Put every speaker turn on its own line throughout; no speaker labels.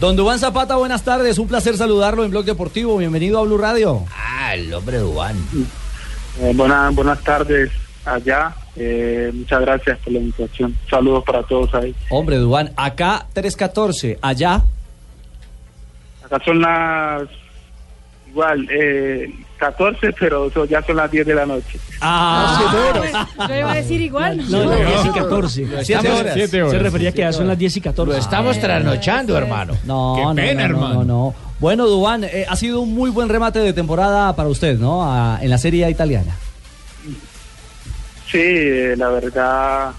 Don Dubán Zapata, buenas tardes. Un placer saludarlo en Blog Deportivo. Bienvenido a Blue Radio.
Ah, el hombre Dubán.
Eh, buenas, buenas tardes allá. Eh, muchas gracias por la invitación. Saludos para todos ahí.
Hombre Dubán, acá 314, allá.
Acá son las igual, eh, 14, pero son- ya son las 10 de la noche.
Ah, bueno, yo iba a decir igual.
No, las 10 y 14.
Siete
Estamos-
horas.
Siete
Se
horas.
refería que ya son las 10 y
Ah,
14.
Estamos trasnochando, hermano.
No,
Qué
no,
pena,
no, no,
hermano.
no, no. Bueno, Dubán, eh, ha sido un muy buen remate de temporada para usted, ¿no? Ah, en la Serie A italiana.
Sí, eh, la verdad,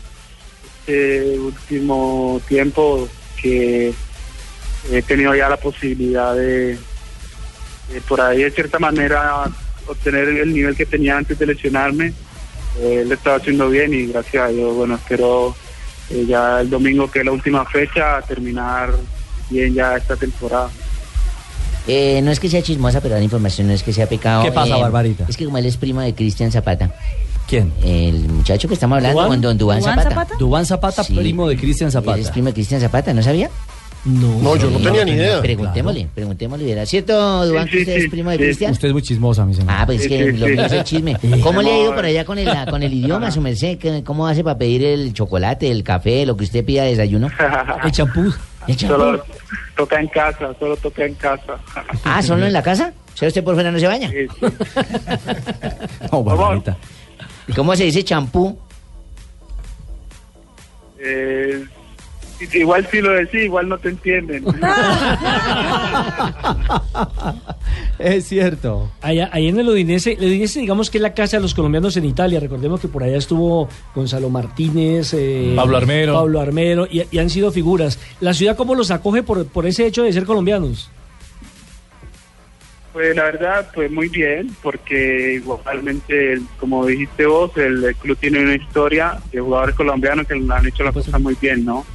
este último tiempo que he tenido ya la posibilidad de, de por ahí de cierta manera obtener el nivel que tenía antes de lesionarme, eh, lo estaba haciendo bien y gracias a Dios, bueno, espero eh, ya el domingo que es la última fecha terminar bien ya esta temporada.
Eh, no es que sea chismosa, pero la información no es que sea pecado.
¿Qué pasa,
Eh,
Barbarita?
Es que como él es primo de Cristian Zapata,
¿Quién?
el muchacho que estamos hablando,
¿Duván?
con don Duván
¿Duván
Zapata.
Zapata?
Dubán Zapata,
Sí.
primo de Cristian Zapata.
Él Es primo de Cristian Zapata, ¿no sabía? Eh,
No, yo no tenía ni idea.
Preguntémosle, preguntémosle. ¿Era cierto, Duván,
Sí,
que
sí,
usted es
sí,
primo de
sí.
Cristian?
Usted es muy chismosa, mi señor.
Ah, pues es
Sí,
que
sí,
lo
sí.
mío es el chisme. ¿Cómo le ha ido
Amor.
por allá con el, con el idioma, su merced? ¿Qué- ¿Cómo hace para pedir el chocolate, el café, lo que usted pida de desayuno?
El champú.
El champú.
Solo toca en casa, solo toca en casa.
Ah, ¿solo en la casa? ¿O sea, usted por fuera no se baña?
Sí, sí.
No, Barbarita.
¿Cómo se dice champú?
Eh, igual si lo decís, igual no te entienden.
Es cierto.
Allá, ahí en el Udinese, el Udinese digamos que es la casa de los colombianos en Italia. Recordemos que por allá estuvo Gonzalo Martínez, eh,
Pablo Armero.
Pablo Armero, y, y han sido figuras. ¿La ciudad cómo los acoge por, por ese hecho de ser colombianos?
Pues la verdad, pues muy bien, porque igualmente, el- como dijiste vos, el, el club tiene una historia de jugadores colombianos que han hecho las cosas muy bien, ¿no?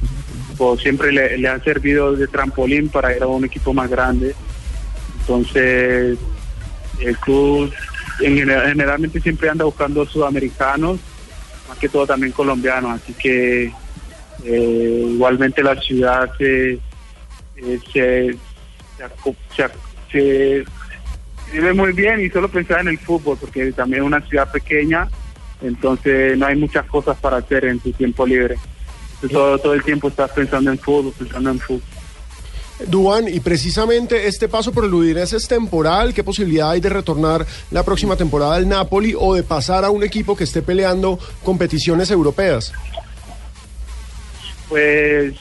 Pues siempre le, le han servido de trampolín para ir a un equipo más grande. Entonces, el club en general- generalmente siempre anda buscando sudamericanos, más que todo también colombianos, así que eh, igualmente la ciudad se, eh, se, se acu- se ac- se vive muy bien y solo pensaba en el fútbol, porque también es una ciudad pequeña, entonces no hay muchas cosas para hacer en tu tiempo libre. Entonces, Todo, todo el tiempo estás pensando en fútbol, pensando en fútbol.
Duan, y precisamente este paso por el Udinese es temporal. ¿Qué posibilidad hay de retornar la próxima temporada al Napoli o de pasar a un equipo que esté peleando competiciones europeas?
Pues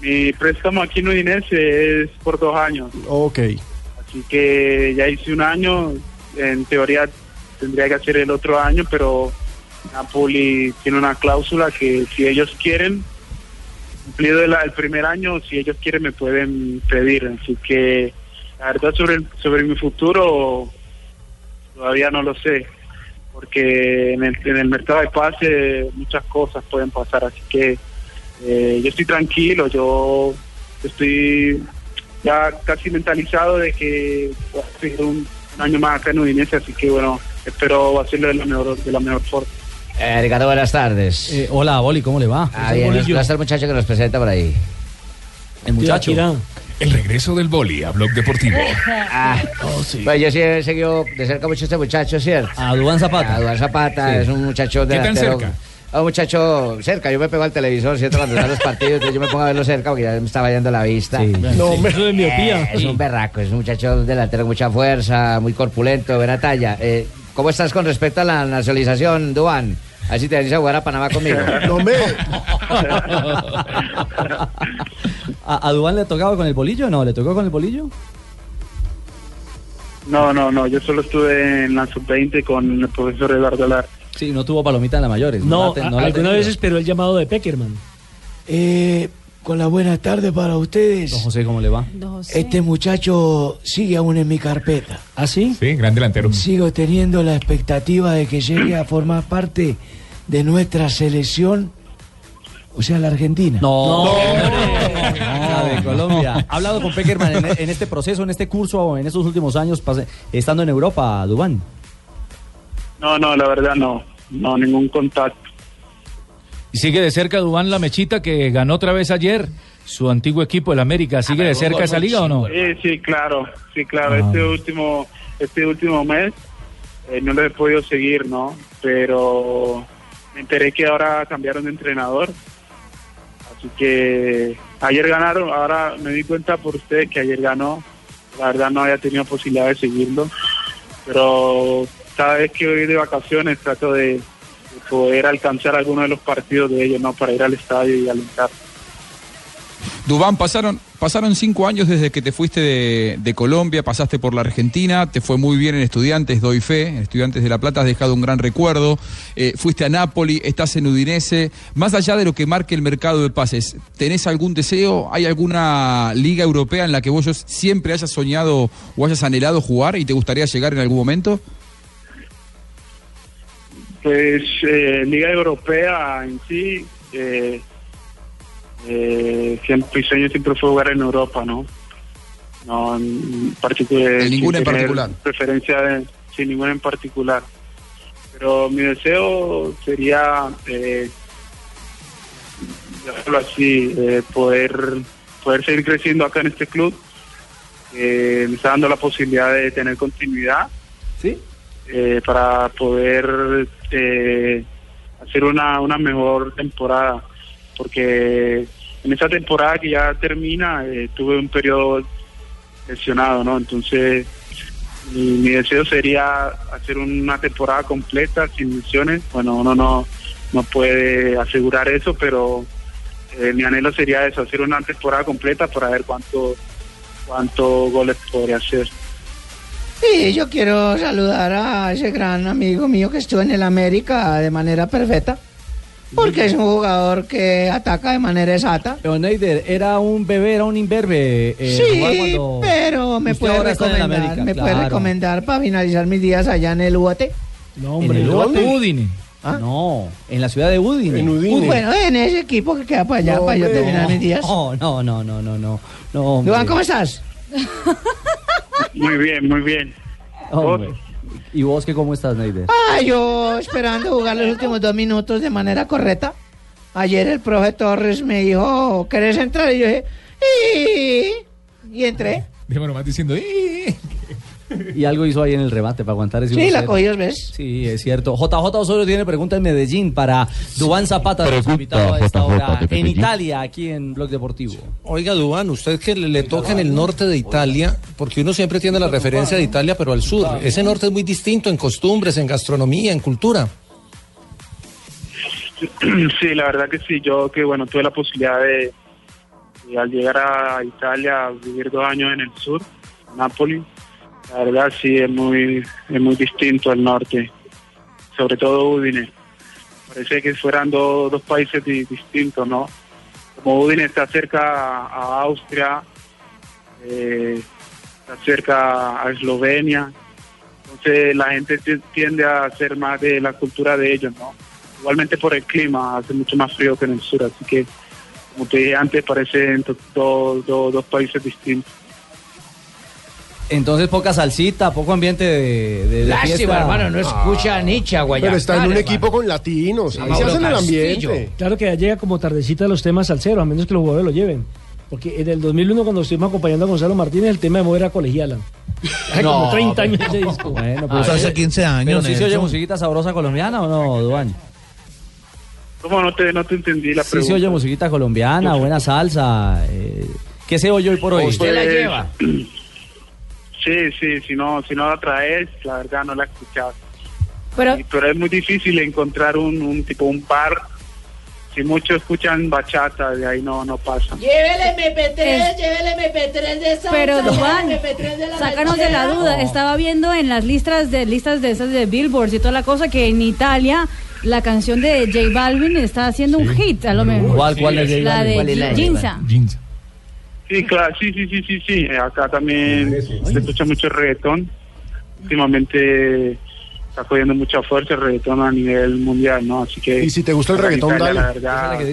mi préstamo aquí en Udinese es por dos años,
Ok.
así que ya hice un año, en teoría tendría que hacer el otro año, pero Napoli tiene una cláusula que si ellos quieren, cumplido el, el primer año, si ellos quieren me pueden pedir, así que la verdad sobre, el- sobre mi futuro todavía no lo sé, porque en el, en el mercado de pase muchas cosas pueden pasar, así que eh, yo estoy tranquilo, yo estoy ya casi mentalizado de que voy a seguir un, un año más acá en Udinese, así que bueno, espero hacerlo de la mejor, de la mejor forma.
Eh, Ricardo, buenas tardes.
Eh, hola, Boli, ¿cómo le va?
ah, bien, nos- está el muchacho que nos presenta por ahí.
El muchacho.
Tiráquirá.
El regreso del boli a Blog Deportivo.
Ah,
Oh,
Pues yo sí he seguido de cerca mucho a este muchacho, ¿cierto?
Ah,
A Dubán Zapata.
A Eduardo Zapata
Sí.
es un muchacho
¿Qué tan
delantero.
cerca?
Ah, Un muchacho cerca, yo me pego al televisor, ¿cierto? Cuando están los partidos, entonces yo me pongo a verlo cerca porque ya me estaba yendo la vista.
Sí.
No, eso de miopía.
Eh, es un berraco, es un muchacho delantero con mucha fuerza, muy corpulento, buena talla. Eh, ¿Cómo estás con respecto a la nacionalización, Duan? Así te venís a jugar a Panamá conmigo.
No me.
¿A, a Dubán le tocaba con el bolillo? No, ¿le tocó con el bolillo?
No, no, no, yo solo estuve en la sub-20 con el profesor Eduardo Lar.
Sí, no tuvo palomita en la mayores.
No,
la te-
a-
no la
alguna
tenía.
vez esperó el llamado de Peckerman.
Eh, con la buena tarde para ustedes.
Don José, ¿cómo le va?
Don José.
Este muchacho sigue aún en mi carpeta.
¿Ah, sí?
Sí, gran delantero.
Sigo teniendo la expectativa de que llegue a formar parte de nuestra selección, o sea, la Argentina.
No, hombre, no, la de Colombia. ¿Ha hablado con Peckerman en, en este proceso, en este curso o en estos últimos años pase- estando en Europa, Dubán?
No, no, la verdad no, no, ningún contacto.
Y sigue de cerca Dubán la mechita que ganó otra vez ayer su antiguo equipo, el América.
Ah,
¿Sigue de cerca esa liga o no?
Sí, sí, claro, sí, claro. Este último, este último mes eh, no lo he podido seguir, ¿no? Pero me enteré que ahora cambiaron de entrenador. Así que ayer ganaron, ahora me di cuenta por ustedes que ayer ganó. La verdad no había tenido posibilidad de seguirlo. Pero cada vez que voy de vacaciones trato de, de poder alcanzar alguno de los partidos de ellos, ¿no? Para ir al estadio y alentar.
Dubán, pasaron, pasaron cinco años desde que te fuiste de, de Colombia, pasaste por la Argentina, te fue muy bien en Estudiantes, doy fe, en Estudiantes de La Plata has dejado un gran recuerdo, eh, fuiste a Nápoli, estás en Udinese, más allá de lo que marque el mercado de pases, ¿tenés algún deseo? ¿Hay alguna liga europea en la que vos siempre hayas soñado o hayas anhelado jugar y te gustaría llegar en algún momento?
Pues eh, Liga Europea en sí, eh, eh, siempre, mi sueño siempre fue jugar en Europa, ¿no? No, en particular.
En ninguna en
sin tener
particular.
Preferencia de- sin ninguna en particular. Pero mi deseo sería, eh, llamarlo así, eh, poder, poder seguir creciendo acá en este club. Eh, me está dando la posibilidad de tener continuidad.
Sí.
eh, para poder eh, hacer una, una mejor temporada porque en esta temporada que ya termina eh, tuve un periodo lesionado, ¿no? Entonces mi, mi deseo sería hacer una temporada completa sin lesiones. Bueno, uno no, no puede asegurar eso, pero eh, mi anhelo sería eso, hacer una temporada completa para ver cuánto cuántos goles podría hacer.
Sí, yo quiero saludar a ese gran amigo mío que estuvo en el América de manera perfecta. Porque es un jugador que ataca de manera exacta.
Neider, era un bebé, era un imberbe. eh, jugar
sí,
cuando-
pero me
usted
puede
ahora está en el
recomendar,
América,
me puede
claro.
recomendar para finalizar mis días allá en el UAT.
No,
hombre,
¿En el
no,
Udine?
Udine.
No, en la ciudad de Udine. En
Bueno, en ese equipo que queda para allá, para yo terminar mis días.
No, no, no, no, no, no. no hombre.
Iván, ¿cómo estás?
Muy bien, muy bien.
Hombre. ¿Y vos qué cómo estás, Neider?
Ah, yo esperando jugar los últimos dos minutos de manera correcta. Ayer el profe Torres me dijo, "Oh, ¿querés entrar? Y yo dije, "Sí". y entré.
Déjame más diciendo. Y algo hizo ahí en el remate para aguantar ese
Sí,
1-0.
la cogí dos veces.
Sí, es cierto. JJ Osorio tiene pregunta en Medellín para Dubán Zapata, nuestro
Pregunta,
invitado a esta
JJ
hora
de
en
Medellín.
Italia, aquí en Blog Deportivo.
Oiga, Dubán, usted que le, le toca en el norte de Italia, porque uno siempre tiene la referencia de Italia, pero al sur. Ese norte es muy distinto en costumbres, en gastronomía, en cultura.
Sí, la verdad que sí. Yo que bueno tuve la posibilidad de, de al llegar a Italia vivir dos años en el sur, en Nápoles. La verdad sí es muy es muy distinto al norte, sobre todo Udine. Parece que fueran do- dos países di- distintos, ¿no? Como Udine está cerca a, a Austria, eh, está cerca a Eslovenia, entonces la gente ti- tiende a ser más de la cultura de ellos, ¿no? igualmente por el clima, hace mucho más frío que en el sur, así que como te dije antes, parecen to- do- do- dos países distintos.
Entonces, poca salsita, poco ambiente de, de, de
Lástima,
fiesta.
hermano, no escucha
a Nietzsche,
Pero está en un equipo con latinos, ahí se hacen el ambiente.
Claro que ya llega como tardecita los temas al cero, a menos que los jugadores lo lleven. Porque en el 2001, cuando estuvimos acompañando a Gonzalo Martínez, el tema de mover a colegiala. Hace como 30 años ese disco.
Bueno,
Ah,
pues,
hace
¿eh?
15 años,
Pero sí se oye
Nelson.
musiquita sabrosa colombiana o no, Duan?
¿Cómo no te, no te entendí la
Sí se
pregunta?
oye musiquita colombiana, buena salsa. eh, ¿Qué se oye hoy por hoy?
Pues, Sí, sí, si no, si no la traes, la verdad no la escuchas.
Pero,
Y- Pero es muy difícil encontrar un, un tipo, un par. Si muchos escuchan bachata, de ahí no, no pasa.
Llévele MP3,
Es-
llévele MP3 de salsa,
pero Juan,
llévele MP3 de la
sácanos de la
ranchera.
duda. Estaba viendo en las listas de listas de esas de Billboard y toda la cosa que en Italia la canción de J Balvin está haciendo un hit, a lo mejor.
¿Cuál- cuál es J
La
Balvin? ¿Cuál es la
de
de
Ginza.
Sí, claro, sí, sí, sí, sí, sí. Eh, Acá también se escucha mucho reggaetón. Últimamente está cogiendo mucha fuerza el reggaetón a nivel mundial, ¿no? Así que...
Y si te gusta el
para
reggaetón,
Italia,
dale.
La verdad,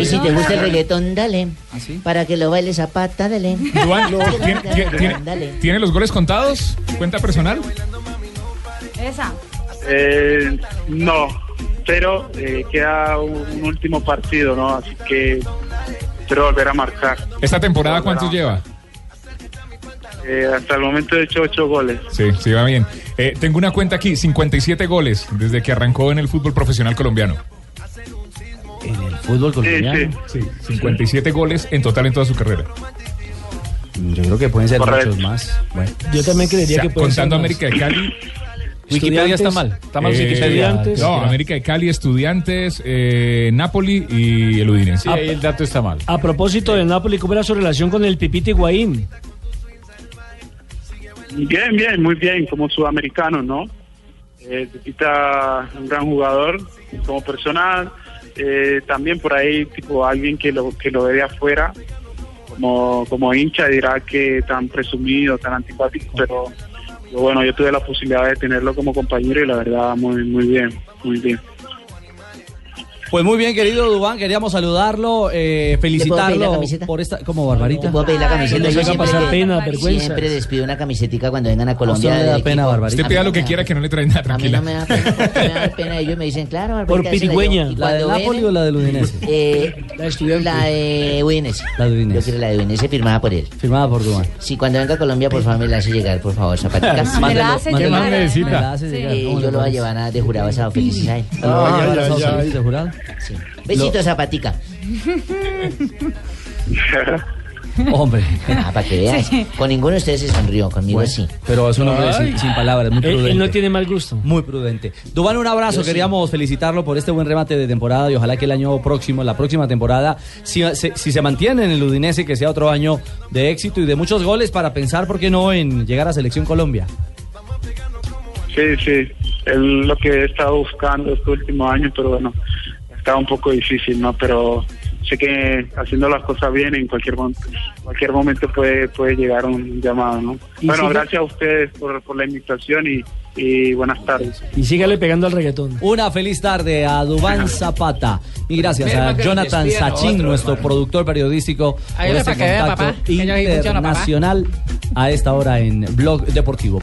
Y si te gusta el reggaetón, dale. Para que lo baile Zapata, dale.
Duván, ¿Ah, ¿tiene, tiene- tiene- tiene los goles contados? ¿Cuenta personal?
Esa.
eh, no, pero eh, queda un, un último partido, ¿no? Así que quiero volver a marcar.
¿Esta temporada cuántos lleva?
Eh, hasta el momento he hecho ocho goles.
Sí, sí, va bien. Eh, tengo una cuenta aquí, 57 goles desde que arrancó en el fútbol profesional colombiano.
En el fútbol
colombiano.
Sí, 57 goles en total en toda su carrera.
Yo creo que pueden ser
Correcto.
muchos más. Bueno.
Yo también creería que pueden
Contando
ser más.
América de Cali.
Wikipedia está mal, está mal Wikipedia. Estudiantes.
Eh, No, América de Cali, Estudiantes, eh, Napoli y el Udinese.
Sí, ahí el
dato está mal.
A propósito de Napoli, ¿cómo era su relación con el Pipita Higuaín?
Bien, bien, muy bien, como sudamericano, ¿no? Eh, Pepita, un gran jugador, como personal, eh, también por ahí, tipo, alguien que lo, que lo ve de afuera, como, como hincha, dirá que tan presumido, tan antipático, pero pero bueno, yo tuve la posibilidad de tenerlo como compañero y la verdad, muy, muy bien, muy bien.
Pues muy bien, querido Dubán, queríamos saludarlo, eh,
pedir la
felicitarlo
camiseta?
por esta, como Barbarita.
Puedo pedir la camiseta. Yo siempre,
vergüenza.
siempre les pido una camisetica cuando vengan a Colombia.
usted Ah, no le da
del
pena,
equipo.
Barbarita?
Usted pida lo que quiera que no le traen nada, tranquila.
da pena, ellos me dicen, claro, Barbarita,
Por
esa la
pirigüeña.
llevo. Y
¿La de
cuando
Napoli
vienen,
o la del Udinese?
eh, la de Udinese.
La de Udinese.
Yo quiero la de Udinese firmada por él.
Firmada por Dubán.
Sí, cuando venga a Colombia, por favor, me la hace llegar, por favor, zapatica.
Me la Mándelo, hace mándelo. llegar, ¿Qué más necesita?
Me la hace
Sí.
llegar.
¿Cómo le
Eh, Yo lo voy a
parece?
llevar a- de jurado a Sao Felices a él.
Lo va a llevar a Sao Felices de jurado.
Besito, zapatica.
Hombre.
Ah, para que veas. Con ninguno de ustedes se sonrió, conmigo sí.
Pero es un hombre
Ay. Eh,
sin, sin palabras, muy
Él- él
prudente.
no
tiene mal gusto.
Muy prudente. Dubán, un abrazo.
Yo sí.
Queríamos felicitarlo por este buen remate de temporada y ojalá que el año próximo, la próxima temporada, si se, si se mantiene en el Udinese, que sea otro año de éxito y de muchos goles para pensar, ¿por qué no?, en llegar a Selección Colombia.
Sí, sí, es lo que he estado buscando este último año, pero bueno, estaba un poco difícil, ¿no? Pero sé que haciendo las cosas bien en cualquier momento, cualquier momento puede, puede llegar un llamado, ¿no?
¿Y
Bueno,
sigue?
gracias a ustedes por, por la invitación y, y buenas tardes.
Y sígale pegando al reggaetón.
Una feliz tarde a Dubán Zapata. Y gracias
Firma
a
que
Jonathan
despiden a
Sachin,
otro,
nuestro
hermano.
productor periodístico, por
Ayúdame
este
para que vea,
contacto
papá, que yo ahí funciona, papá.
internacional a esta hora en Blog Deportivo.